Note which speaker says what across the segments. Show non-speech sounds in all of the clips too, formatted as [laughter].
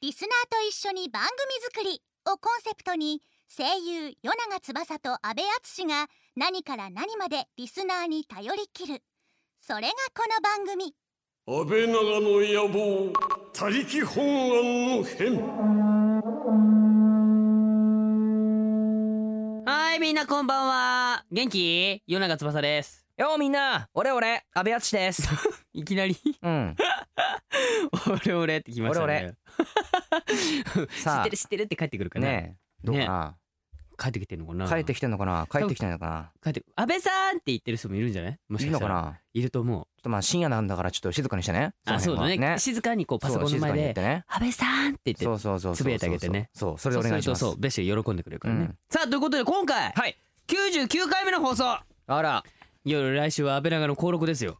Speaker 1: リスナーと一緒に番組作り」をコンセプトに声優与永翼と阿部淳が何から何までリスナーに頼りきるそれがこの番組
Speaker 2: 安倍長の野望他力本願の変
Speaker 3: はい、みんなこんばんは。元気夜長翼です。
Speaker 4: ようみんな俺俺阿部淳です
Speaker 3: [laughs] いきなり、
Speaker 4: うん
Speaker 3: 俺俺ってきましたね。俺知
Speaker 4: さあ
Speaker 3: ってる知ってるって帰ってくるかな。
Speaker 4: ねえどうかな、
Speaker 3: 帰ってきてるのかな
Speaker 4: 帰ってきてんのかな帰ってきてんのか
Speaker 3: 帰って、安倍さんって言ってる人もいるんじゃないも
Speaker 4: な
Speaker 3: し
Speaker 4: い
Speaker 3: か
Speaker 4: いの
Speaker 3: した。
Speaker 4: からない
Speaker 3: ると思う。
Speaker 4: ちょっとまあ深夜なんだからちょっと静かにしてね
Speaker 3: あ、
Speaker 4: の
Speaker 3: そうだ
Speaker 4: 辺は
Speaker 3: ね。静かにこうパソコンの前
Speaker 4: そう静かに言っ
Speaker 3: で
Speaker 4: て、ね
Speaker 3: 安倍さんって言って、
Speaker 4: そうそうそうそう
Speaker 3: つぶやいてあげてね
Speaker 4: そうそれでお願いします
Speaker 3: そうそうそう、ベッシュ喜んでくれるからね。
Speaker 4: うん
Speaker 3: さあ、ということで今回、
Speaker 4: はい
Speaker 3: 99回目の放送
Speaker 4: あら
Speaker 3: 夜来週は安倍長の登録ですよ。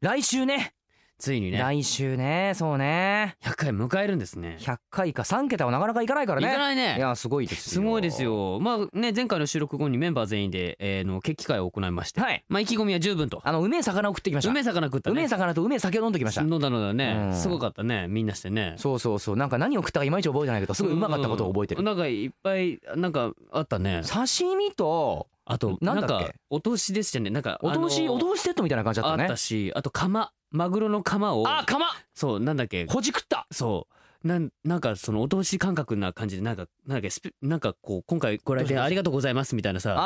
Speaker 4: 来週ね
Speaker 3: ついにね、
Speaker 4: 来週ねそうね
Speaker 3: 100回迎えるんですね。
Speaker 4: 100回か3桁はなかなかいかないからね
Speaker 3: いかないね。
Speaker 4: いやすごいです
Speaker 3: すごいですよ。まあね前回の収録後にメンバー全員で、えー、の決起会を行いまして、
Speaker 4: はい
Speaker 3: まあ意気込みは十分と。
Speaker 4: あのうめえ魚を食ってきました
Speaker 3: うめえ魚食ったね。
Speaker 4: うめえ魚とうめえ酒を飲んできました
Speaker 3: 飲んだのだね、
Speaker 4: うん
Speaker 3: すごかったね。みんなしてね。
Speaker 4: そうそうそうなんか何を食ったかいまいち覚えてないけどすごいうまかったことを覚えて
Speaker 3: うん
Speaker 4: る
Speaker 3: なんかいっぱいなんかあったね。
Speaker 4: 刺身と
Speaker 3: あとな
Speaker 4: なんんだっけ
Speaker 3: かお通しですじゃね。なんか
Speaker 4: お通し、
Speaker 3: あの
Speaker 4: お通しセットみたいな感じだ
Speaker 3: あ
Speaker 4: っ
Speaker 3: った
Speaker 4: ね
Speaker 3: たし、あと釜マグロの釜を
Speaker 4: あ釜
Speaker 3: そうなんだっけ
Speaker 4: ほじくった
Speaker 3: そう。なんなんかそのお通し感覚な感じでなんかなんだっけスピなんかこう今回ご来店ありがとうございますみたいなさお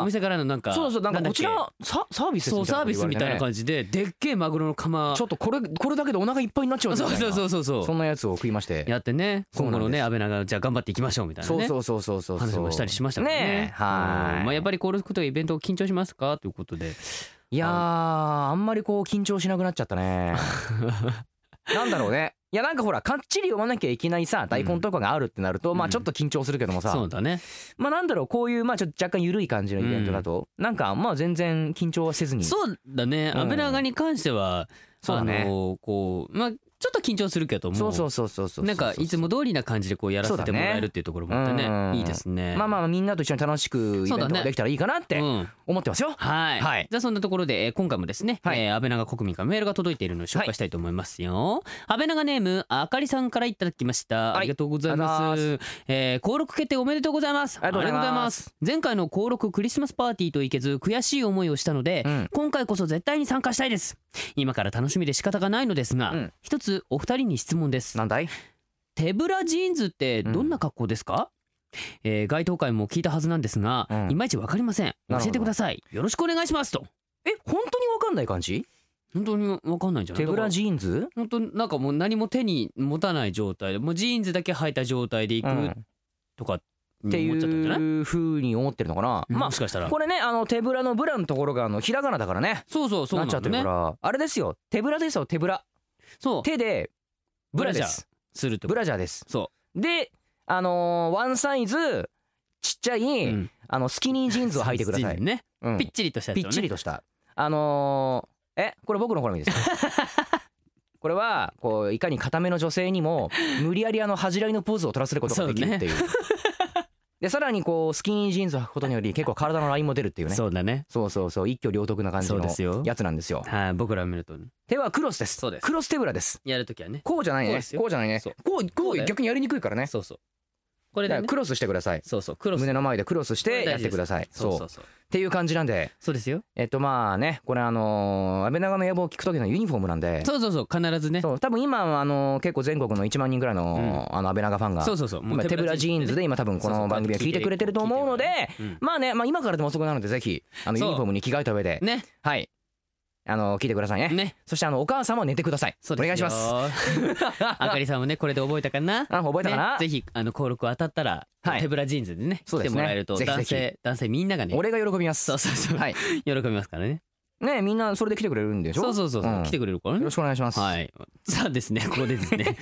Speaker 4: あ
Speaker 3: 店からのなんか
Speaker 4: そうそうなんか
Speaker 3: だっ
Speaker 4: こ
Speaker 3: け
Speaker 4: ちらササービス
Speaker 3: そうサービスみたいな
Speaker 4: じ
Speaker 3: 感じででっけえマグロの釜
Speaker 4: ちょっとこれこれだけでお腹いっぱいになっちゃうんだ
Speaker 3: そうそうそううそうそう
Speaker 4: そんなやつを食いまして
Speaker 3: やってね
Speaker 4: そう
Speaker 3: 今
Speaker 4: なんで
Speaker 3: 後の
Speaker 4: す
Speaker 3: ね安倍長じゃあ頑張っていきましょうみたいな
Speaker 4: そう
Speaker 3: ね
Speaker 4: そうそうそうそう
Speaker 3: 話もしたりしましたからね
Speaker 4: ねえはい
Speaker 3: うんまあやっぱりコールスクというイベント緊張しますかということで
Speaker 4: いやーあんまりこう緊張しなくなっちゃった [laughs] ねなんだろうねいやなんかほらかっちり読まなきゃいけないさ台本とかがあるってなると、
Speaker 3: うん
Speaker 4: まあちょっと緊張するけどもさ、
Speaker 3: そうだね
Speaker 4: まあなんだろうこういうまあちょっと若干緩い感じのイベントだと、なんかまあ全然緊張はせずに
Speaker 3: そうだね
Speaker 4: うん
Speaker 3: 安倍長に関しては
Speaker 4: そう
Speaker 3: あ
Speaker 4: だね
Speaker 3: のこうまあちょっと緊張するけども
Speaker 4: そうそうそうそうそう
Speaker 3: なんかいつも通りな感じでこうやらせてもら
Speaker 4: そう
Speaker 3: え
Speaker 4: だ
Speaker 3: る
Speaker 4: ね
Speaker 3: っていうところもあって
Speaker 4: うん
Speaker 3: ねいいですね
Speaker 4: まあまあみんなと一緒に楽しくイベントができたらいいかなっ
Speaker 3: う
Speaker 4: て
Speaker 3: ん
Speaker 4: 思ってますよ。
Speaker 3: はい、
Speaker 4: はい
Speaker 3: じゃあそんなところで、えー今回もですね、
Speaker 4: はい
Speaker 3: えー安倍長国民からメールが届いているのを紹介したいと思いますよ、安倍長ネームあかりさんからいただきました、
Speaker 4: い
Speaker 3: ありがとうございま
Speaker 4: ありがとうござ
Speaker 3: すえー登録決定おめでとうございます
Speaker 4: ありがとうございます
Speaker 3: ありがとうございます前回の登録クリスマスパーティーといけず悔しい思いをしたので、
Speaker 4: うん
Speaker 3: 今回こそ絶対に参加したいです今から楽しみで仕方がないのですが、
Speaker 4: うん
Speaker 3: 一つお二人に質問です
Speaker 4: なんだい
Speaker 3: 手ぶらジーンズってどんな格好ですか、えー該当会も聞いたはずなんですが、
Speaker 4: うん
Speaker 3: いまいちわかりません教
Speaker 4: なるほど
Speaker 3: えてくださいよろしくお願いしますと
Speaker 4: え本当にわかんない感じ
Speaker 3: 本当にわかんないんじゃない
Speaker 4: 手ぶらジーンズ
Speaker 3: だから本当なんかもう何も手に持たない状態でもうジーンズだけ履いた状態で行
Speaker 4: うん
Speaker 3: く
Speaker 4: っ
Speaker 3: とか
Speaker 4: て
Speaker 3: に
Speaker 4: い
Speaker 3: 思っちゃったんじゃない、
Speaker 4: うふうに思ってるのかな、ま
Speaker 3: も
Speaker 4: あ
Speaker 3: しかしたら
Speaker 4: これねあの手ぶらのブラのところがあのひらがなだからね
Speaker 3: そうそうそう
Speaker 4: なっち
Speaker 3: な
Speaker 4: ゃって
Speaker 3: のね
Speaker 4: るからあれですよ手ぶらですよ手ぶら
Speaker 3: そう
Speaker 4: 手でブラで
Speaker 3: ブラ
Speaker 4: す
Speaker 3: するってこ
Speaker 4: ブ
Speaker 3: と
Speaker 4: ラジャーです
Speaker 3: そ
Speaker 4: であのーワンサイズちっちゃ
Speaker 3: う、
Speaker 4: い、
Speaker 3: うん
Speaker 4: あのスキニージーンズを履いてくださ
Speaker 3: ジーン
Speaker 4: い
Speaker 3: ズ、ね
Speaker 4: うん
Speaker 3: ぴっちりとしたやつ
Speaker 4: ぴ
Speaker 3: をね
Speaker 4: っちりとしたあのーえこれ僕の好みです
Speaker 3: [laughs]
Speaker 4: これはこういかに固めの女性にも無理やりあの恥じらいのポーズを取らせることができるっていうでさらにこうスキニージーンズを履くことにより結構体のラインも出るっていうねそう
Speaker 3: そうだね
Speaker 4: そうそう一挙両得な感じ
Speaker 3: そうですよ
Speaker 4: のやつなんですよ
Speaker 3: はい僕ら見ると
Speaker 4: 手はクロスです
Speaker 3: そうです
Speaker 4: クロス手ぶらです
Speaker 3: やるときはね
Speaker 4: こうじゃない
Speaker 3: こう
Speaker 4: ね
Speaker 3: ですよ
Speaker 4: こうじゃないね
Speaker 3: そう
Speaker 4: こう
Speaker 3: こ
Speaker 4: こ
Speaker 3: うだよ
Speaker 4: う逆にやりにくいからね
Speaker 3: そうそうこれ
Speaker 4: だ
Speaker 3: で、
Speaker 4: から
Speaker 3: ね、
Speaker 4: クロスしてください
Speaker 3: そうそうクロス
Speaker 4: 胸の前でクロスし
Speaker 3: これ
Speaker 4: て
Speaker 3: 大
Speaker 4: や
Speaker 3: 事
Speaker 4: って
Speaker 3: です
Speaker 4: ください
Speaker 3: そう
Speaker 4: そ
Speaker 3: そううそう
Speaker 4: っていう感じなんで
Speaker 3: そうですよ
Speaker 4: えっとまあねこれあのー安倍長の野望を聞く時のユニフォームなんで
Speaker 3: そうそうそう必ずね
Speaker 4: そう多分今はあのー結構全国の1万人ぐらいの,、あの安倍長ファンが
Speaker 3: そうそうそうもう
Speaker 4: 今手ぶらジーンズで今多分こ
Speaker 3: そうそ
Speaker 4: の
Speaker 3: う
Speaker 4: 番組は聞いてくれてると思うので
Speaker 3: うん
Speaker 4: まあね、まあ、今からでも遅くなるのでぜひあの
Speaker 3: そ
Speaker 4: ユ
Speaker 3: う
Speaker 4: ニフォームに着替えた上で、
Speaker 3: ね
Speaker 4: はいあのー聞いてくださいね
Speaker 3: ね
Speaker 4: そしてあのお母さんも寝てください
Speaker 3: そうで
Speaker 4: お
Speaker 3: す
Speaker 4: 願いします
Speaker 3: [laughs] あかりさんもねこれで覚えたかな
Speaker 4: あ覚えたかな、
Speaker 3: ねぜひあの登録当たったら、
Speaker 4: はい
Speaker 3: 手ぶらジーンズでね
Speaker 4: そう
Speaker 3: 来
Speaker 4: で
Speaker 3: て
Speaker 4: すね
Speaker 3: もらえると
Speaker 4: ぜひ
Speaker 3: 男
Speaker 4: ぜひ
Speaker 3: 性男性みんながね
Speaker 4: 俺が喜びます
Speaker 3: そうそうそう、
Speaker 4: はい
Speaker 3: 喜びますからね
Speaker 4: ねみんなそれで来てくれるんでしょ
Speaker 3: そうそうそう、
Speaker 4: ん
Speaker 3: 来てくれるから
Speaker 4: よ
Speaker 3: ね
Speaker 4: ろしくお願いします、
Speaker 3: はいさあですねここでですね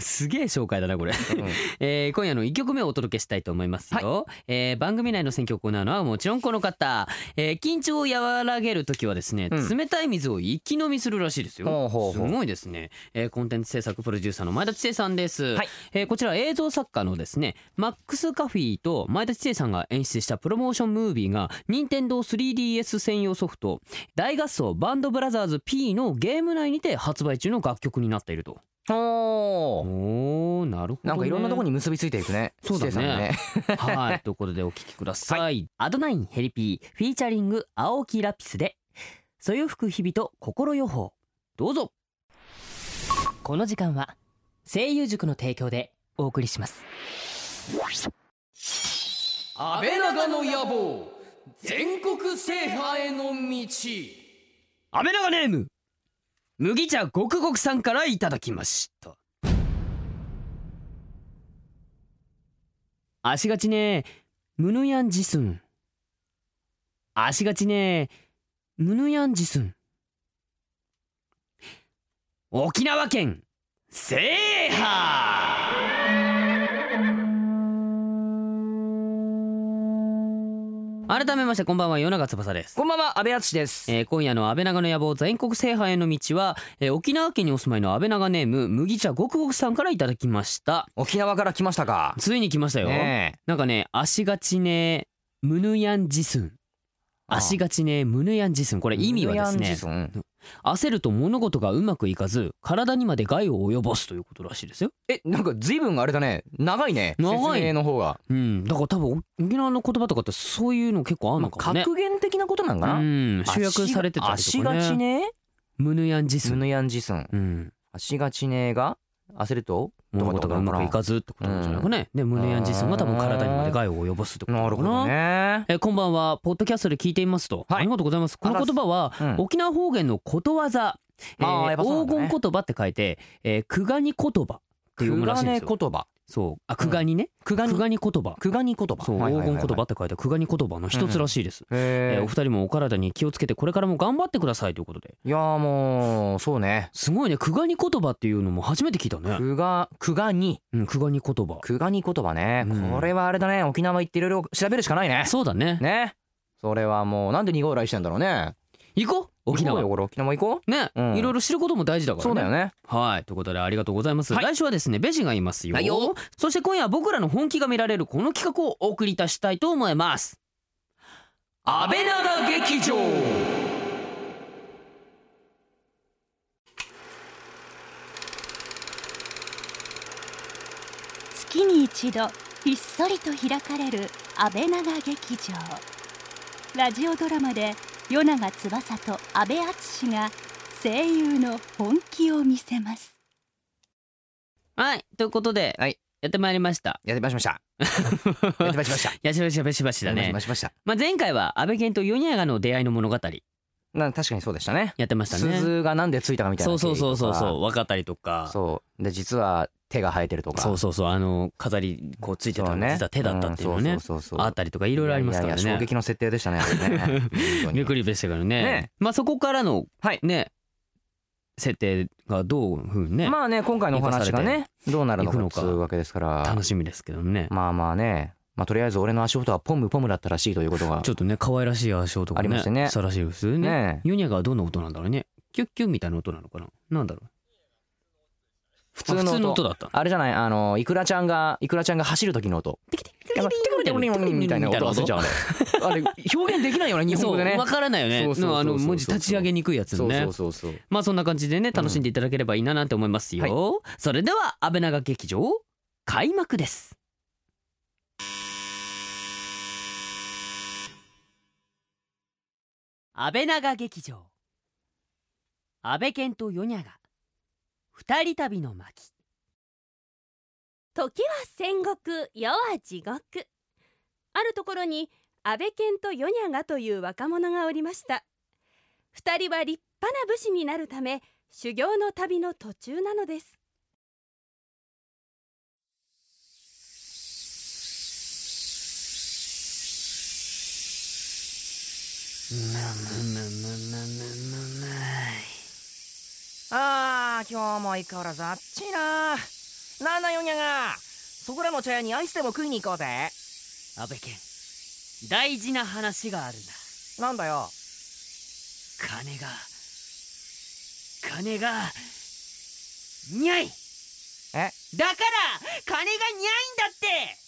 Speaker 3: すげえ紹介だなこれ、
Speaker 4: うん
Speaker 3: えー今夜の1曲目をお届けしたいと思いますよ、えー番組内の選曲を行うのはもちろんこの方、えー緊張を和らげる時はですね、
Speaker 4: うん
Speaker 3: 冷たい水を一気飲みするらしいですよ
Speaker 4: ほうほう
Speaker 3: す
Speaker 4: ほう
Speaker 3: ごいですね、えーコンテンツ制作プロデューサーの前田知世さんです、
Speaker 4: はい
Speaker 3: えーこちら映像作家のですねマックス・カフィーと前田知世さんが演出したプロモーションムービーが任天堂 3DS 専用ソフト大合奏バンドブラザーズ P のゲーム内にて発売中の楽曲になっていると
Speaker 4: おー
Speaker 3: おーなるるほど、ね、
Speaker 4: なんかいろんなとこに結びついていくね
Speaker 3: そうだね
Speaker 4: シティさんね
Speaker 3: [laughs] はいということでお聞きください、アドナインヘリピーフィーチャリング青木ラピスで「そよ吹く日々と心予報」どうぞこの時間は声優塾の提供でお送りします
Speaker 5: 安倍長の野望全国制覇への道
Speaker 3: アメラガネーム麦茶ごくごくさんからいただきました足がちねむぬやんじすん足がちねむぬやんじすん沖縄県制覇改めましてこんばんは夜長翼です
Speaker 4: こんばんは安倍敦です
Speaker 3: えー今夜の安倍長の野望全国制覇への道は、えー沖縄県にお住まいの安倍長ネーム麦茶ごくごくさんからいただきました
Speaker 4: 沖縄から来ましたか
Speaker 3: ついに来ましたよ、
Speaker 4: ね
Speaker 3: なんかね足がちねムヌヤンジスン
Speaker 4: ああ
Speaker 3: 足がちねムヌヤンジスンこれ
Speaker 4: え
Speaker 3: 意味はです
Speaker 4: ムヤン
Speaker 3: ね
Speaker 4: ジソン
Speaker 3: 焦ると物事がうまくいかず体にまで害を及ぼすということらしいですよ
Speaker 4: えなんか随分あれだね長いね
Speaker 3: 長い
Speaker 4: 説明の方が
Speaker 3: うんだから多分沖縄の言葉とかってそういうの結構あんのかもね
Speaker 4: 格言的なことなんか
Speaker 3: う
Speaker 4: なん
Speaker 3: 集約されてたり
Speaker 4: 足
Speaker 3: と
Speaker 4: が
Speaker 3: か
Speaker 4: 足がち
Speaker 3: ね
Speaker 4: ね
Speaker 3: ムヌヤンジス
Speaker 4: ム
Speaker 3: ン
Speaker 4: ヌヤンジスン
Speaker 3: うん
Speaker 4: 足がちねが焦ると
Speaker 3: 物事がうまくいかずってことなんじゃないかね。で、胸やんじいさんが多分体にまで害を及ぼすってこと
Speaker 4: な
Speaker 3: か
Speaker 4: るほどね
Speaker 3: えーこんばんはポッドキャストで聞いていますと、
Speaker 4: はい
Speaker 3: ありがとうございますこの言葉は、
Speaker 4: うん
Speaker 3: 沖縄方言のことわざ、え
Speaker 4: あーやっぱそ
Speaker 3: 黄
Speaker 4: うなんだね
Speaker 3: 金言葉って書いて、えー、くがに言葉って読
Speaker 4: く
Speaker 3: むら
Speaker 4: が
Speaker 3: しいんで
Speaker 4: ね
Speaker 3: すよ
Speaker 4: 言葉
Speaker 3: そうあくがにね、
Speaker 4: くが
Speaker 3: く
Speaker 4: に
Speaker 3: がに言葉
Speaker 4: くがに言葉
Speaker 3: そう
Speaker 4: はい
Speaker 3: 黄
Speaker 4: はいは
Speaker 3: 金
Speaker 4: いはい
Speaker 3: 言葉って書いてくがに言葉の一つらしいです、えー
Speaker 4: へ
Speaker 3: お
Speaker 4: ー
Speaker 3: 二人もお体に気をつけてこれからも頑張ってくださいということで
Speaker 4: いやーもうそうね
Speaker 3: すごいねくがに言葉っていうのも初めて聞いたね
Speaker 4: くがくがに
Speaker 3: うんくがに言葉
Speaker 4: くがに言葉ね
Speaker 3: うん
Speaker 4: これはあれだね沖縄行っていろいろ調べるしかないね
Speaker 3: そうだね
Speaker 4: ねそれはもうなんで二号来してんだろうね
Speaker 3: 行こう沖
Speaker 4: 行こう
Speaker 3: 縄
Speaker 4: よこれ沖縄行こ
Speaker 3: ね、
Speaker 4: うん
Speaker 3: いろいろ知ることも大事だか
Speaker 4: う
Speaker 3: ら
Speaker 4: そうだよね
Speaker 3: はいということでありがとうございます、
Speaker 4: はい
Speaker 3: 来週はですねベジがいますよ
Speaker 4: はいよ
Speaker 3: そして今夜は僕らの本気が見られるこの企画をお送りいたしたいと思います
Speaker 5: 安倍長劇場
Speaker 1: 月に一度ひっそりと開かれる安倍長劇場ラジオドラマで与永翼と安倍敦が声優の本気を見せます
Speaker 3: はいということで、
Speaker 4: はい
Speaker 3: やってまいりました
Speaker 4: やってまいりま [laughs] したやってまいりました
Speaker 3: やしばしばしばしだ
Speaker 4: やってまいり
Speaker 3: ね
Speaker 4: ました
Speaker 3: まあ、前回は安倍健とヨニヤガの出会いの物語
Speaker 4: な確かにそうでしたね
Speaker 3: やってましたね
Speaker 4: 鈴がなんでついたかみたいな
Speaker 3: そうそうそうそう
Speaker 4: 経緯
Speaker 3: そ
Speaker 4: と
Speaker 3: う分かったりとか
Speaker 4: かそうで実は手が生えてるとか
Speaker 3: そうそうそうあの飾りこうついてたのが実は手だったっていうのね
Speaker 4: んそうそうそうそう
Speaker 3: あったりとかいろいろありますからね
Speaker 4: いやいや衝撃の設定でしたねあれね本当に
Speaker 3: びっくりでしたからね
Speaker 4: ね
Speaker 3: まあそこからの、
Speaker 4: はい
Speaker 3: ね設定がどういうふうにね、
Speaker 4: まあね今回のお話がねどうなるの
Speaker 3: いく
Speaker 4: か
Speaker 3: のか
Speaker 4: というわけですから
Speaker 3: 楽しみですけどね、
Speaker 4: まあまあねまあとりあえず俺の足音はポムポムだったらしいということが
Speaker 3: ちょっとね可愛らしい足音がね
Speaker 4: ありましたね
Speaker 3: したらしいですよね
Speaker 4: ね
Speaker 3: ユニャがどんな音なんだろうねキュッキュッみたいな音なのかななんだろう
Speaker 4: 普
Speaker 3: あ普通の音だった
Speaker 4: あれじゃないあのイクラちゃんがイクラちゃんが走る時の音
Speaker 3: テキテキテキテ
Speaker 4: や
Speaker 3: キ
Speaker 4: ばいテクルテクルテクルみたいな音忘れちゃうあれあれ表現できないよね日本語でね
Speaker 3: そうわからないよね
Speaker 4: そうそうそうそう
Speaker 3: のあの文字立ち上げにくいやつ
Speaker 4: そ
Speaker 3: の
Speaker 4: う
Speaker 3: ね
Speaker 4: そうそうそう
Speaker 3: まあそんな感じでね楽しんでいただければいいななんて思いますよ、それでは安倍長劇場開幕です安倍長劇場安倍健とヨニャが二人旅の巻
Speaker 6: 時は戦国世は地獄あるところに安倍健とヨニャガという若者がおりました二人は立派な武士になるため修行の旅の途中なのです
Speaker 7: ああ今日も相変わらずあっちいななんだよにゃがそこらの茶屋にアイスでも食いに行こうぜ
Speaker 3: 安倍健大事な話があるんだ
Speaker 7: なんだよ
Speaker 3: 金が金がにゃい
Speaker 7: え
Speaker 3: だから金がにゃいんだっ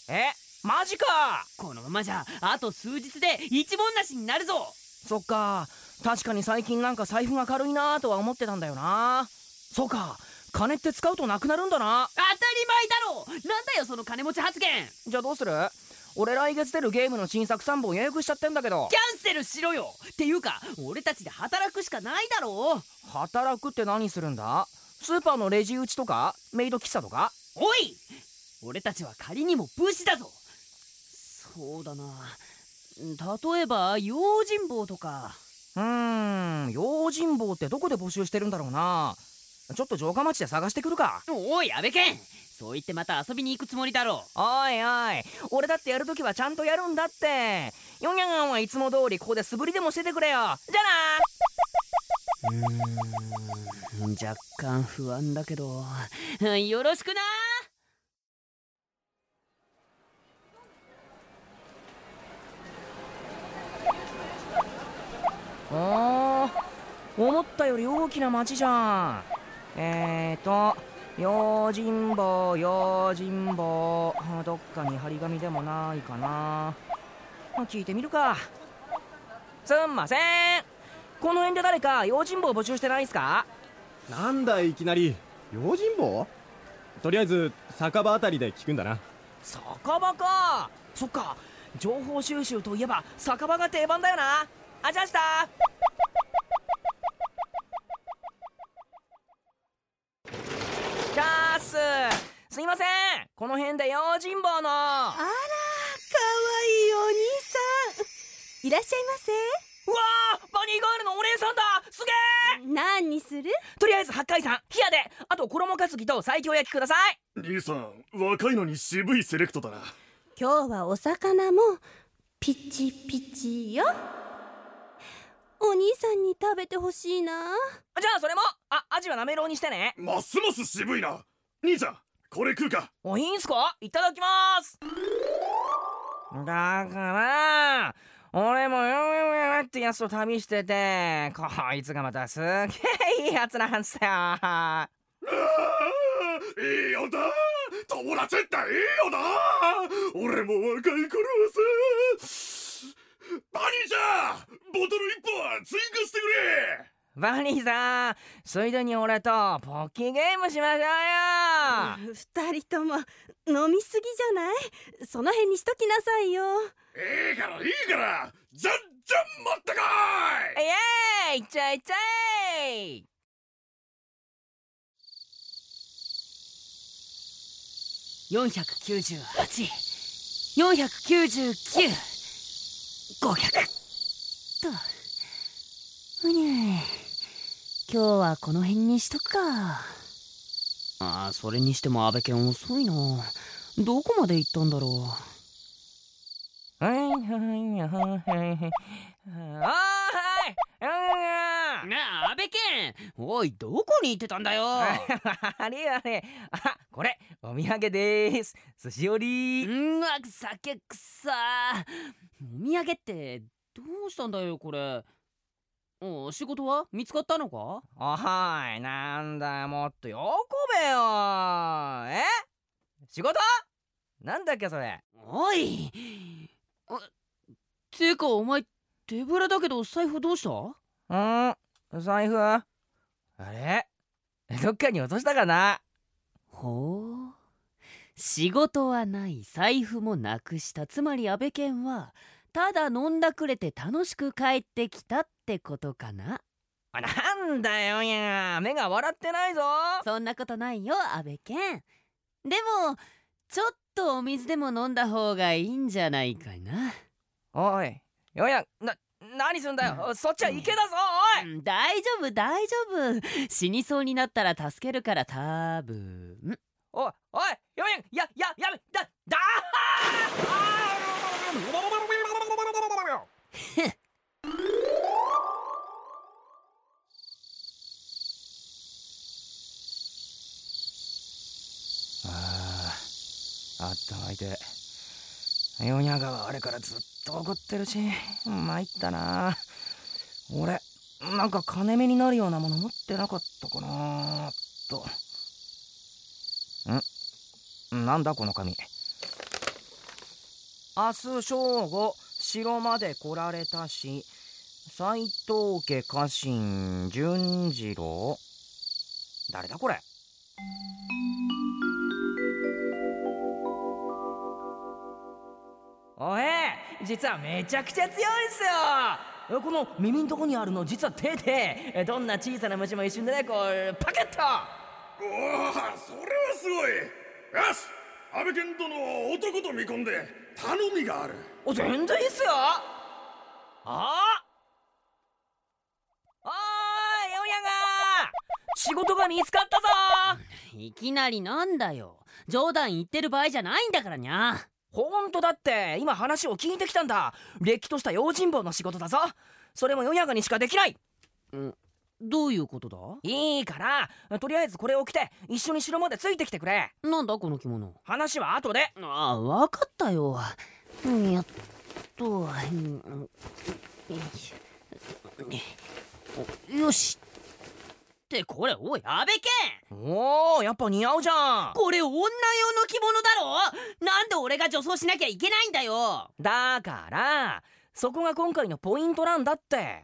Speaker 3: て
Speaker 7: えマジか
Speaker 3: このままじゃあと数日で一文なしになるぞ
Speaker 7: そっか確かに最近なんか財布が軽いなとは思ってたんだよなそうか金って使うとなくなるんだな
Speaker 3: 当たり前だろよその金持ち発言
Speaker 4: じゃあどうする俺来月出るゲームの新作3本予約しちゃってんだけど
Speaker 3: キャンセルしろよっていうか俺たちで働くしかないだろう
Speaker 4: 働くって何するんだスーパーのレジ打ちとかメイド喫茶とか
Speaker 3: おい俺たちは仮にも武士だぞそうだな例えば用心棒とか
Speaker 4: うーん用心棒ってどこで募集してるんだろうなちょっと城下町で探してくるか
Speaker 3: おい安倍健そう言ってまた遊びに行くつもりだろ
Speaker 4: おいおい俺だってやるときはちゃんとやるんだってヨニャガンはいつも通りここで素振りでもしててくれよじゃあな
Speaker 3: う若干不安だけどよろしくな
Speaker 4: あー思ったより大きな町じゃんえーと用心棒用心棒あどっかに張り紙でもないかなあ聞いてみるかすんませんこの辺で誰か用心棒募集してないですか
Speaker 8: なんだいきなり用心棒とりあえず酒場あたりで聞くんだな
Speaker 4: 酒場かそっか情報収集といえば酒場が定番だよなあじゃあしたじゃあっすすいませんこの辺で用心棒の
Speaker 1: あらかわいいお兄さんいらっしゃいませ
Speaker 4: うわーバニーガールのお姉さんだすげえ
Speaker 1: 何にする
Speaker 4: とりあえず八海山冷やであと衣かすぎと西京焼きください
Speaker 2: リーさん若いのに渋いセレクトだな
Speaker 1: 今日はお魚もピチピチよお兄さんに食べてほしいな
Speaker 4: じゃあそれもあアジはなめろうにしてね
Speaker 2: ますます渋いな兄ちゃんこれ食うか
Speaker 4: おいいんすかいただきますだから俺もヨヨヨヨってやつと旅しててこいつがまたすげえいいやつなんすよ
Speaker 2: あーいいよな友達っていいよな俺も若い頃はさバニーちゃんボトル一本追加してくれ
Speaker 4: バニーさんついでに俺とポッキーゲームしましょうよ
Speaker 1: 二人とも飲みすぎじゃないその辺にしときなさいよ
Speaker 2: いいからいいからじゃんじゃん持ってこい
Speaker 4: イエーイいっちゃえいっちゃえ
Speaker 3: 498499とうにゃ今日はこの辺にしとくかあーそれにしても安倍健遅いなどこまで行ったんだろ
Speaker 4: はいはいはいはいはいおー
Speaker 3: う
Speaker 4: い
Speaker 3: ねえ安倍健おいどこに行ってたんだよ
Speaker 4: [laughs] あれあれあこれお土産です寿司より
Speaker 3: うんわ酒くさお土産ってどうしたんだよこれお仕事は見つかったのか
Speaker 4: おはいなんだよもっと喜べよえ仕事なんだっけそれ
Speaker 3: おいあてかお前手ぶらだけど財布どうした
Speaker 4: うん財布あれどっかに落としたかな
Speaker 9: ほう仕事はない財布もなくしたつまり安倍健はただ飲んだくれて楽しく帰ってきたってことかな
Speaker 4: あなんだよいや目が笑ってないぞ
Speaker 3: [laughs]
Speaker 9: そんなことないよ安倍健でもちょっとお水でも飲んだ方がいいんじゃないかな
Speaker 4: おいよやな何すんだよそっちは池だぞおい
Speaker 9: うん大丈夫大丈夫死にそうになったら助けるから多分
Speaker 4: おいおいよややややめだ [laughs] だあーあったまいてヨニャガはあれからずっと怒ってるし参ったな俺なんか金目になるようなもの持ってなかったかなとんなんだこの紙明日正午城まで来られたし斎藤家家臣淳次郎誰だこれ実はめちゃくちゃ強いんすよこの耳んとこにあるの実は手でどんな小さな虫も一瞬でねこうパカッと
Speaker 10: おおそれはすごいよし安倍健殿を男と見込んで頼みがある
Speaker 4: お全然いいっすよあおーいヨンヤンが仕事が見つかったぞ
Speaker 3: いきなりなんだよ冗談言ってる場合じゃないんだからにゃ
Speaker 4: ほんとだって今話を聞いてきたんだれっきとした用心棒の仕事だぞそれも夜中にしかできない
Speaker 3: どういうことだ
Speaker 4: いいからとりあえずこれを着て一緒に城までついてきてくれ
Speaker 3: なんだこの着物
Speaker 4: 話は後で
Speaker 3: ああ分かったようんやっとうんよいしょよしってこれおい阿部健
Speaker 4: おおやっぱ似合うじゃん
Speaker 3: これ女用の着物だろなんで俺が女装しなきゃいけないんだよ
Speaker 4: だからそこが今回のポイントなんだって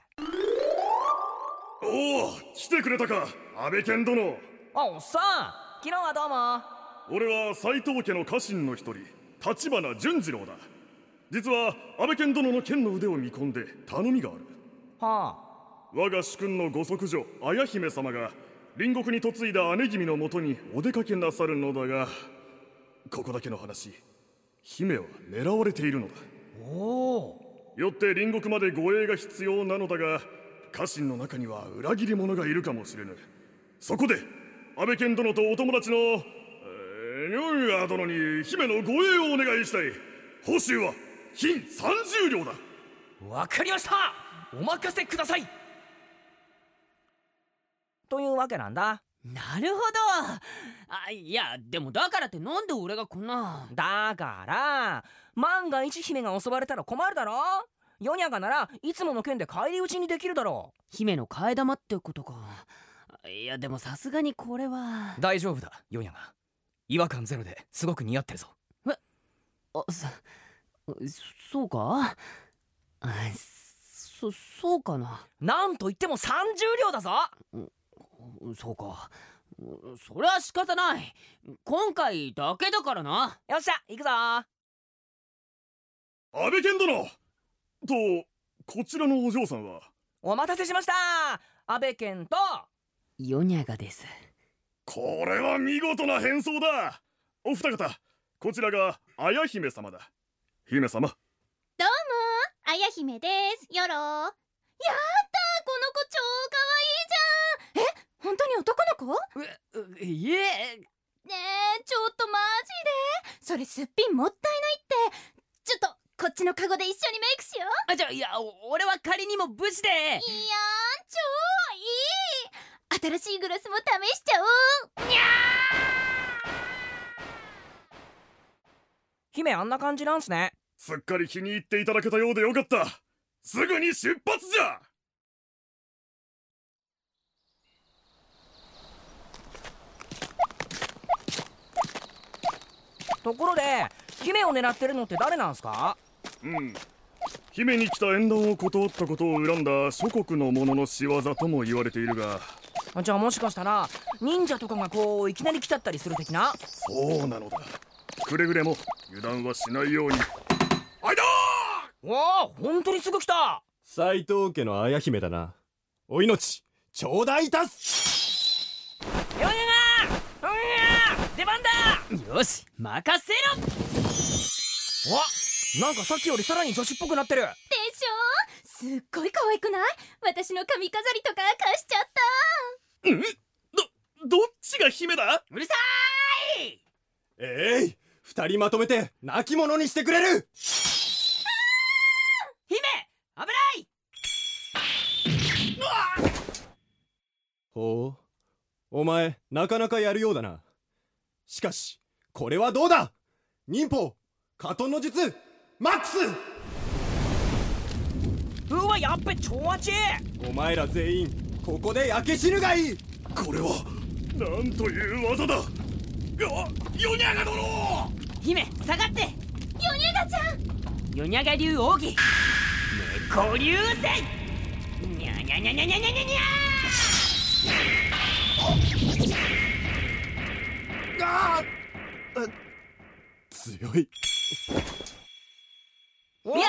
Speaker 10: おお来てくれたか安倍健殿
Speaker 4: あおっさん昨日はどうも
Speaker 10: 俺は斎藤家の家臣の一人立花純次郎だ実は安倍健殿の剣の腕を見込んで頼みがある
Speaker 4: は
Speaker 10: 我が主君のご息女綾姫様が隣国に嫁いだ姉君のもとにお出かけなさるのだがここだけの話姫は狙われているのだ
Speaker 4: あおお
Speaker 10: よって隣国まで護衛が必要なのだが家臣の中には裏切り者がいるかもしれぬそこで安倍健殿とお友達のえーニョンガー殿に姫の護衛をお願いしたい報酬は金30両だ
Speaker 4: わかりましたお任せくださいというわけなんだ
Speaker 3: なるほどあいやでもだからってなんで俺がこんな
Speaker 4: だから万が一姫が襲われたら困るだろヨニャガならいつもの剣で返り討ちにできるだろ
Speaker 3: 姫の替え玉ってことかいやでもさすがにこれは
Speaker 11: う大丈夫だヨニャが違和感ゼロですごく似合ってるぞ
Speaker 3: あそそうかあそそうかな
Speaker 4: うなんといっても30両だぞ
Speaker 3: そうかそりゃ仕方ない今回だけだからな
Speaker 4: よっしゃ行くぞ
Speaker 10: 安倍健殿とこちらのお嬢さんは
Speaker 4: お待たせしました安倍健と
Speaker 3: ヨニャガです
Speaker 10: これは見事な変装だお二方こちらが綾姫様だ姫様
Speaker 1: どうもあや姫ですよろやったこの子超かわいいじゃんえ本当に男の子
Speaker 3: いえ
Speaker 1: ねえちょっとマジでそれすっぴんもったいないってちょっとこっちのカゴで一緒にメイクしよう
Speaker 3: あじゃあいや俺は仮にも無事で
Speaker 1: いやー超いい新しいグラスも試しちゃおうにゃ
Speaker 4: 姫あんな感じなんすね
Speaker 10: すっかり気に入っていただけたようでよかったすぐに出発じゃ
Speaker 4: ところで姫を狙ってるのって誰なんすか
Speaker 10: うん姫に来た縁談を断ったことを恨んだ諸国の者の仕業とも言われているが
Speaker 4: じゃあもしかしたら忍者とかがこういきなり来ちゃったりする的な
Speaker 10: そうなのだくれぐれも油断はしないようにあいだ
Speaker 4: おお本当にすぐ来た
Speaker 8: 斎藤家の綾姫だなお命頂戴いたす
Speaker 4: よやがうや出番だ
Speaker 3: よし任せろ
Speaker 4: おなんかさっきよりさらに女子っぽくなってる
Speaker 1: でしょすっごい可愛くない私の髪飾りとか貸しちゃった
Speaker 10: どっちが姫だ
Speaker 3: うるさ
Speaker 8: えい二人まとめて泣き者にしてくれる
Speaker 3: い姫危ない
Speaker 8: ほうお前なかなかやるようだなしかしこれはどうだ忍法カトンの術マックス
Speaker 4: うわやっべ超あち
Speaker 8: お前ら全員ここで焼け死ぬがいい
Speaker 10: これはなんという技だあヨニャガ殿
Speaker 3: 姫下がって
Speaker 1: ヨニャガちゃん
Speaker 3: ヨニャガ流奥義猫流線にゃにゃにゃにゃにゃにゃにゃにゃ
Speaker 8: 強い
Speaker 12: やったにゃすげえ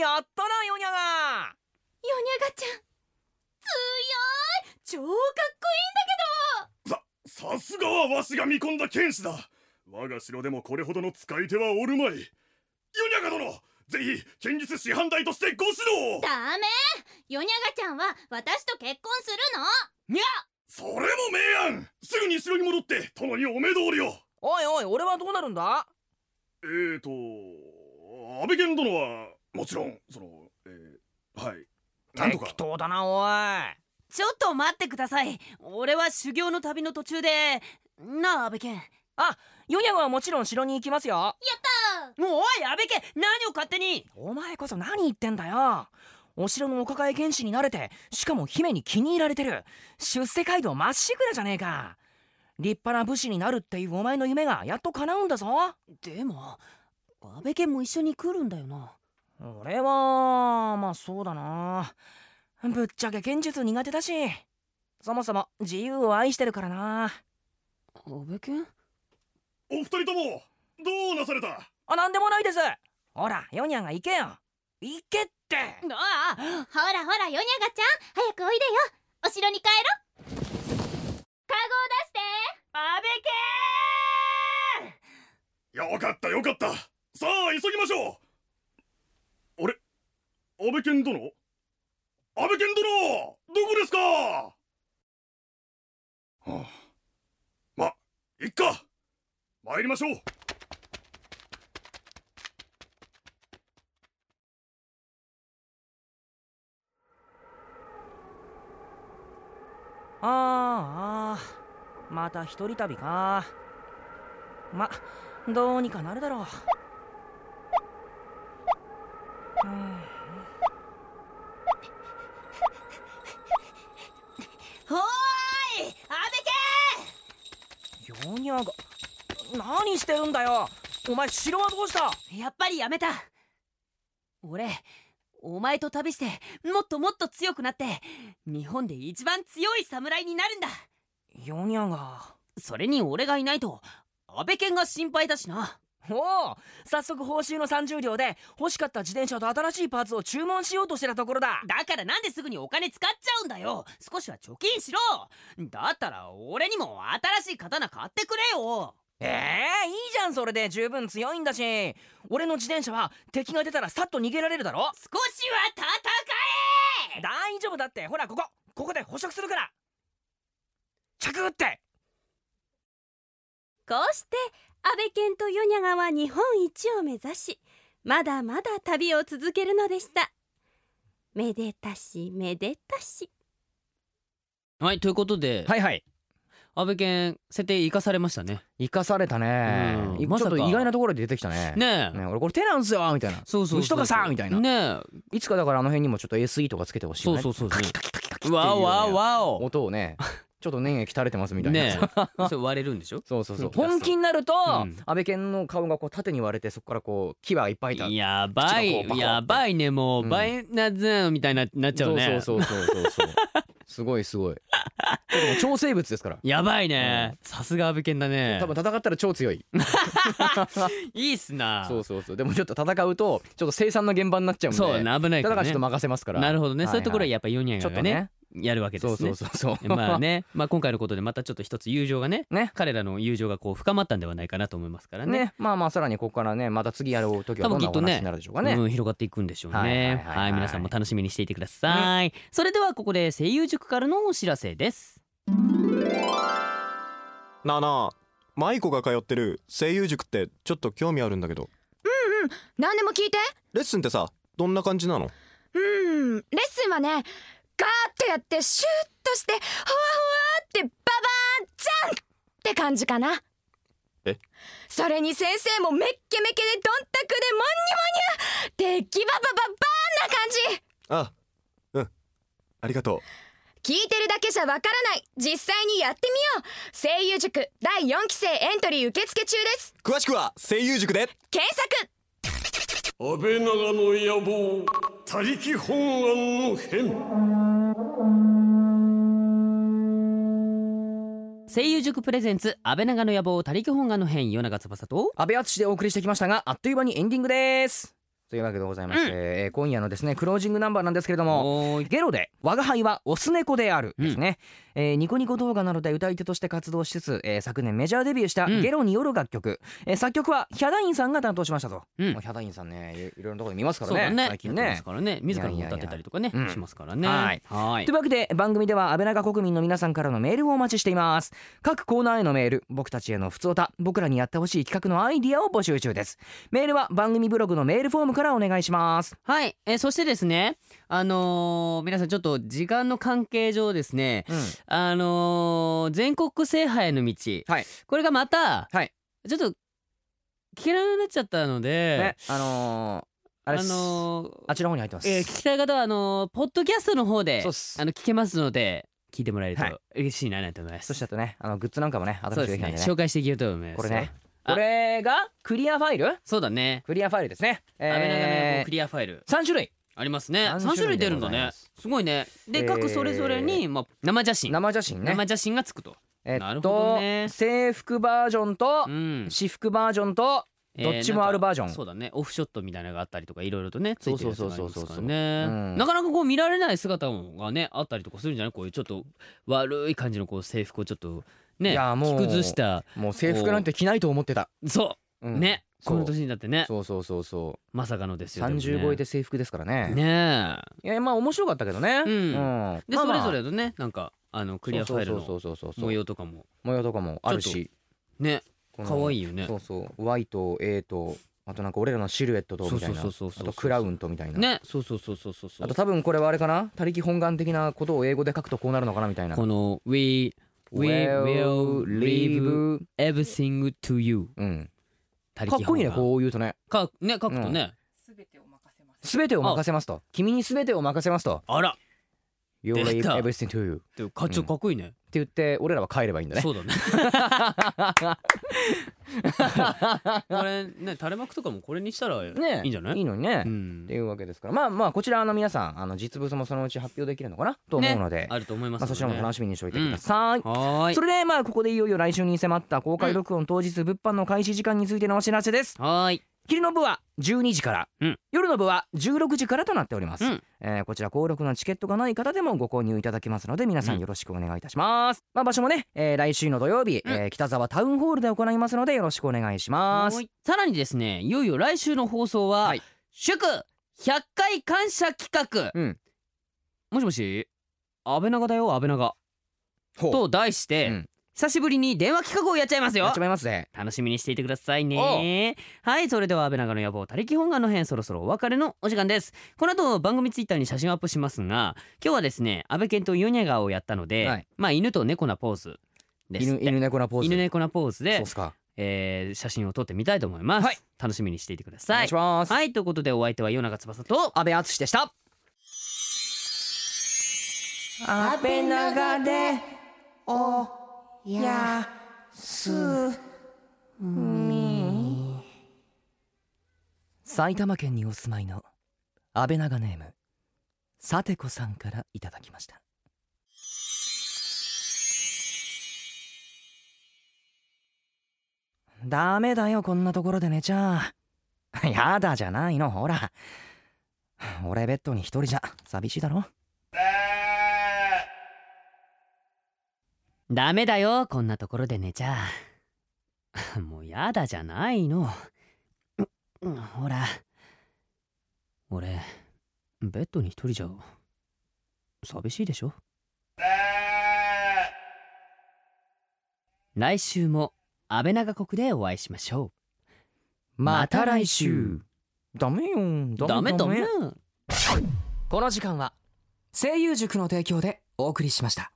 Speaker 12: やったなヨニャが
Speaker 6: ヨニャガちゃん強い超かっこいいんだけど
Speaker 2: さすがはわしが見込んだ剣士だ我が城でもこれほどの使い手はおるまいヨニャカ殿ぜひ剣術師範代としてご指導を
Speaker 1: ダメヨニャガちゃんは私と結婚するの
Speaker 2: それも明暗すぐに城に戻って殿にお目通りを
Speaker 12: おいおい俺はどうなるんだ
Speaker 2: えーと安倍剣殿はもちろんそのえー、はいなんとか
Speaker 12: 適当だなおい
Speaker 5: ちょっと待ってください俺は修行の旅の途中でなあ安部健
Speaker 12: ヨニャはもちろん城に行きますよ
Speaker 5: もうおい安部健何を勝手に
Speaker 12: お前こそ何言ってんだよお城のお抱え剣士になれてしかも姫に気に入られてる出世街道まっしぐらじゃねえか立派な武士になるっていうお前の夢がやっと叶うんだぞ
Speaker 5: でも安部健も一緒に来るんだよな
Speaker 12: 俺はまあそうだなぶっちゃけ剣術苦手だしそもそも自由を愛してるからな
Speaker 5: 安部健
Speaker 2: お二人ともどうなされた
Speaker 12: あなんでもないですほらヨニャが行けよ行けって
Speaker 5: ああ
Speaker 1: ほらほらヨニャガちゃん早くおいでよお城に帰ろカゴを出して
Speaker 12: 安倍健
Speaker 2: よかったよかったさあ急ぎましょうあれ安倍健殿安倍健殿どこですかはあまいっか参りましょう
Speaker 12: あーあーまた一人旅かまどうにかなるだろううん
Speaker 5: おーい安
Speaker 12: ヨニャが何してるんだよお前城はどうした
Speaker 5: 部健やっぱりやめた俺お前と旅してもっともっと強くなって日本で一番強い侍になるんだ
Speaker 12: ヨニャが
Speaker 5: それに俺がいないと安倍健が心配だしな
Speaker 12: おお早速報酬の30両で欲しかった自転車と新しいパーツを注文しようとしてたところだ
Speaker 5: だからなんですぐにお金使っちゃうんだよ少しは貯金しろだったら俺にも新しい刀買ってくれよ
Speaker 12: ええいいじゃんそれで十分強いんだし俺の自転車は敵が出たらさっと逃げられるだろ
Speaker 5: 少しは戦え
Speaker 12: 大丈夫だってほらここここで捕食するから着って
Speaker 6: こうして安倍健とヨニャガは日本一を目指しまだまだ旅を続けるのでしためでたしめでたし
Speaker 3: はいということで、
Speaker 4: はいはい
Speaker 3: 安倍健設定生かされましたね
Speaker 4: 生かされたね
Speaker 3: うん
Speaker 4: ちょ
Speaker 3: ま
Speaker 4: っ
Speaker 3: さか
Speaker 4: と意外なところで出てきたね
Speaker 3: ねえ
Speaker 4: ね俺これ手なんすよみたいな
Speaker 3: そうそうそう
Speaker 4: 虫とかさみたいな
Speaker 3: ねえ
Speaker 4: いつかだからあの辺にもちょっと SE とかつけてほしい
Speaker 3: そ
Speaker 4: よ
Speaker 3: う
Speaker 4: ね
Speaker 3: そうそう
Speaker 4: カ
Speaker 3: そ
Speaker 4: キカキカキカ
Speaker 3: う
Speaker 4: キっていうね
Speaker 3: わおわおわお
Speaker 4: 音を [laughs] ねちょっと粘液垂れてますみたいな
Speaker 3: ね
Speaker 4: [laughs]
Speaker 3: えそれ割れるんでしょ
Speaker 4: そうそうそう
Speaker 3: 吹き出すと
Speaker 4: 本気になると、
Speaker 3: うん
Speaker 4: 安倍健の顔がこう縦に割れてそこからこう牙がいっぱいいた
Speaker 3: やば
Speaker 4: 口がこうパ
Speaker 3: い
Speaker 4: コ
Speaker 3: やばいねも
Speaker 4: う
Speaker 3: うんバイナズンみたいにななっちゃうね
Speaker 4: そうそうそうそうそうすごいすごいちょっともう超生物ですから
Speaker 3: やばいねさすが安倍健だね
Speaker 4: 多分戦ったら超
Speaker 3: [laughs]
Speaker 4: 強い
Speaker 3: いいっすな
Speaker 4: そうそうそうでもちょっと戦うとちょっと生産の現場になっちゃうんで
Speaker 3: そう危ない
Speaker 4: だ
Speaker 3: か
Speaker 4: かららちょっ
Speaker 3: ね
Speaker 4: と任せますから
Speaker 3: なるほどね
Speaker 4: は
Speaker 3: そういうところは
Speaker 4: は
Speaker 3: やっぱヨニャ
Speaker 4: ちょ
Speaker 3: ガ
Speaker 4: っ
Speaker 3: が
Speaker 4: と
Speaker 3: ね
Speaker 4: ね
Speaker 3: やるわけで
Speaker 4: そう
Speaker 3: すね
Speaker 4: そうそうそう
Speaker 3: [laughs] まあねまあ今回のことでまたちょっと一つ友情がね
Speaker 4: ね
Speaker 3: 彼らの友情がこう深まったんではないかなと思いますからね
Speaker 4: ねまあまあさらにここからねまた次やる時はどんな
Speaker 3: 多分き
Speaker 4: お
Speaker 3: っとね
Speaker 4: 話になるでしょうかね
Speaker 3: うん、広がっていくんでしょうね。は
Speaker 4: はいいはいはいはい
Speaker 3: 皆さんも楽しみにしていてください。それではここで声優塾からのお知らせです。
Speaker 8: なあなあ舞子が通ってる声優塾ってちょっと興味あるんだけど
Speaker 13: 何でも聞いて
Speaker 8: レッスンってさどんな感じなの
Speaker 13: うーんレッスンはねガーッとやってシュッとしてほわほわってババーンジャンって感じかな
Speaker 8: え
Speaker 13: それに先生もめっけめけでどんたくでモンニモニュでギババババー
Speaker 8: あ
Speaker 13: ンな感
Speaker 8: うんありがとう
Speaker 13: じ聞いてるだけじゃわからない実際にやってみよう声優塾第4期生エントリー受付中です
Speaker 8: 詳しくは声優塾で
Speaker 13: 検索
Speaker 2: 安倍長の野望他力本願の変
Speaker 3: 声優塾プレゼンツ安倍長の野望他力本願の編与永翼と
Speaker 4: 安倍淳でお送りしてきましたがあっという間にエンディングですというわけでございまして、
Speaker 3: う
Speaker 4: えー今夜のですねクロージングナンバーなんですけれども
Speaker 3: おーい
Speaker 4: ゲロで「我が輩はオス猫である」ですね、えーニコニコ動画などで歌い手として活動しつつ、えー昨年メジャーデビューした
Speaker 3: うん
Speaker 4: ゲロによる楽曲、えー作曲はヒャダインさんが担当しましたと、
Speaker 3: うん
Speaker 4: もうヒャダインさんねいいろいろなところで見ますか
Speaker 3: そうだ
Speaker 4: らね
Speaker 3: ね
Speaker 4: 最近
Speaker 3: やってま
Speaker 4: ね
Speaker 3: すからね自ら
Speaker 4: い
Speaker 3: も
Speaker 4: やいやい
Speaker 3: 歌
Speaker 4: や
Speaker 3: ってたりとかね
Speaker 4: うん
Speaker 3: しますからね
Speaker 4: はい
Speaker 3: はーい
Speaker 4: というわけで番組では安倍長国民の皆さんからのメールをお待ちしています各コーナーへのメール僕たちへの普通歌僕らにやってほしい企画のアイディアを募集中ですメールは番組ブログのメールフォームからお願いします
Speaker 3: はい、えーそしてですねあのー皆さんちょっと時間の関係上ですね
Speaker 4: うん
Speaker 3: あのー全国制覇への道、
Speaker 4: はい
Speaker 3: これがまた、
Speaker 4: はい
Speaker 3: ちょっと聞けなくなっちゃったので、
Speaker 4: ねあのー、あ
Speaker 3: あ
Speaker 4: れっす
Speaker 3: のー
Speaker 4: あちらの方に入ってます、
Speaker 3: えー聞きたい方はあのーポッドキャストの方で
Speaker 4: そうっす
Speaker 3: あの聞けますので聞いてもらえる
Speaker 4: はい
Speaker 3: と嬉しいなと思います、
Speaker 4: そしてあとねあのグッズなんかもね新し
Speaker 3: そうで
Speaker 4: いですきたん
Speaker 3: ね
Speaker 4: でね
Speaker 3: 紹介していけると思います
Speaker 4: これね
Speaker 3: あ
Speaker 4: これがクリアファイル
Speaker 3: そうだね
Speaker 4: クリアファイルですねえ
Speaker 3: 安倍長の
Speaker 4: ー
Speaker 3: クリアファイル
Speaker 4: 3種類
Speaker 3: ありますね
Speaker 4: 三
Speaker 3: 三種類
Speaker 4: 種
Speaker 3: 出る
Speaker 4: 類で
Speaker 3: ん
Speaker 4: ご
Speaker 3: だ
Speaker 4: ざいま
Speaker 3: ね
Speaker 4: す
Speaker 3: すごいね
Speaker 4: え
Speaker 3: で
Speaker 4: ー
Speaker 3: 各それぞれに、まあ、生写真
Speaker 4: 生写真ね
Speaker 3: 生写真がつくと
Speaker 4: え
Speaker 3: な
Speaker 4: っ
Speaker 3: るほど
Speaker 4: と
Speaker 3: ね
Speaker 4: 制服バージョンと
Speaker 3: うん
Speaker 4: 私服バージョンと
Speaker 3: えー
Speaker 4: どっちもあるバージョン
Speaker 3: なんかそうだねオフショットみたいなのがあったりとかいろいろとねついてるやつがあります
Speaker 4: そうそうそう
Speaker 3: から
Speaker 4: そうそう
Speaker 3: ね
Speaker 4: うん
Speaker 3: なかなかこう見られない姿がねあったりとかするんじゃないこういうちょっと悪い感じのこう制服をちょっと
Speaker 4: い
Speaker 3: ね
Speaker 4: やもう
Speaker 3: 着崩した
Speaker 4: もう制服なんて着ないと思ってた
Speaker 3: そうう、
Speaker 4: ん
Speaker 3: ね
Speaker 4: そ
Speaker 3: こ
Speaker 4: う
Speaker 3: の年になってね
Speaker 4: そうそうそうそ
Speaker 3: まさかのです
Speaker 4: う
Speaker 3: よ
Speaker 4: 30
Speaker 3: も
Speaker 4: 超
Speaker 3: ね
Speaker 4: えて制服ですからね
Speaker 3: ねえ
Speaker 4: いやまあ面白かったけどね
Speaker 3: うん
Speaker 4: うん
Speaker 3: で
Speaker 4: まあ
Speaker 3: そ
Speaker 4: まあ
Speaker 3: れぞれのねなんかあのクリアファイル
Speaker 4: そう
Speaker 3: の
Speaker 4: そうそうそうそう
Speaker 3: 模様とかも
Speaker 4: 模様とかもある
Speaker 3: ちょ
Speaker 4: し
Speaker 3: ね
Speaker 4: この
Speaker 3: 可愛いよね
Speaker 4: そうそう Y と A とあとなんか俺らのシルエットとみたいな
Speaker 3: そうそうそうそうそう
Speaker 4: あとクラウンとみたいな
Speaker 3: ねそうそうそうそうそうそう
Speaker 4: あと多分これはあれかな他力本願的なことを英語で書くとこうなるのかなみたいな
Speaker 3: この We We will leave everything to you
Speaker 4: うん
Speaker 3: 他
Speaker 4: かっ
Speaker 3: 力
Speaker 4: こ
Speaker 3: 本
Speaker 4: いいね
Speaker 3: 願
Speaker 4: こう言うとね
Speaker 3: かね書くとね、
Speaker 4: 全てを任せますと君に全てを任せますと
Speaker 3: あら
Speaker 4: You'll
Speaker 3: 出
Speaker 4: leave
Speaker 3: た
Speaker 4: everything to you って
Speaker 3: でもかちょかっこいいね、
Speaker 4: 言って俺らは帰ればいいんだね
Speaker 3: そうだ
Speaker 4: [laughs]
Speaker 3: ねこれね垂れ幕とかもこれにしたら
Speaker 4: ね
Speaker 3: いいんじゃない、
Speaker 4: いいのにね
Speaker 3: う
Speaker 4: っ
Speaker 3: ん
Speaker 4: ていうわけですからまあまあこちらあの皆さんあの実物もそのうち発表できるのかなと思うので、
Speaker 3: ね、あると思います
Speaker 4: まあ、そちらも楽
Speaker 3: し
Speaker 4: しみにしておいてください、
Speaker 3: はーい
Speaker 4: それでまあここでいよいよ来週に迫った公開録音当日物販の開始時間についてのお知らせです
Speaker 3: はーい
Speaker 4: 昼の部は12時から、
Speaker 3: うん
Speaker 4: 夜の部は16時からとなっております、
Speaker 3: うん
Speaker 4: えーこちら登録のチケットがない方でもご購入いただけますので皆さ
Speaker 3: うんん
Speaker 4: よろしくお願いいたします、まあ場所もね、えー来週の土曜日、
Speaker 3: うん
Speaker 4: えー北沢タウンホールで行いますのでよろしくお願いします
Speaker 3: はいさらにですねいよいよ来週の放送は、
Speaker 4: はい
Speaker 3: 祝100回感謝企画、
Speaker 4: うん
Speaker 3: もしもし安倍長だよ安倍長
Speaker 4: ほう
Speaker 3: と題して、
Speaker 4: うん
Speaker 3: 久しぶりに電話企画をやっちゃいます
Speaker 4: や
Speaker 3: よ
Speaker 4: っちまいますね
Speaker 3: 楽しみにしていてくださいねはいそれでは安倍長の野望他力本願の編そろそろお別れのお時間ですこの後番組ツイッターに写真をアップしますが今日はですね安倍健とヨニャガをやったので、
Speaker 4: はい
Speaker 3: まあ犬と猫なポーズですっ
Speaker 4: 犬
Speaker 3: て
Speaker 4: 犬猫なポーズ
Speaker 3: 犬猫なポーズ
Speaker 4: そう
Speaker 3: で
Speaker 4: っすか
Speaker 3: えー写真を撮ってみたいと思います、
Speaker 4: はい
Speaker 3: 楽しみにしていてくだ
Speaker 4: お願
Speaker 3: さ
Speaker 4: い
Speaker 3: い
Speaker 4: します、
Speaker 3: はいということでお相手は与永翼と
Speaker 4: 安倍敦でした
Speaker 7: 安倍長でおやす
Speaker 4: 埼玉県にお住まいの安倍長ネームさてこさんからいただきましたダメだよこんなところで寝ちゃやだじゃないのほら俺ベッドに一人じゃ寂しいだろ
Speaker 3: ダメだよこんなところで寝ちゃ [laughs] もうやだじゃないのううんほら俺ベッドに一人じゃ寂しいでしょ来週も安倍長国でお会いしましょ
Speaker 4: ま
Speaker 3: た来週
Speaker 4: ダメよ
Speaker 3: うダメダメ
Speaker 4: この時間は声優塾の提供でお送りしました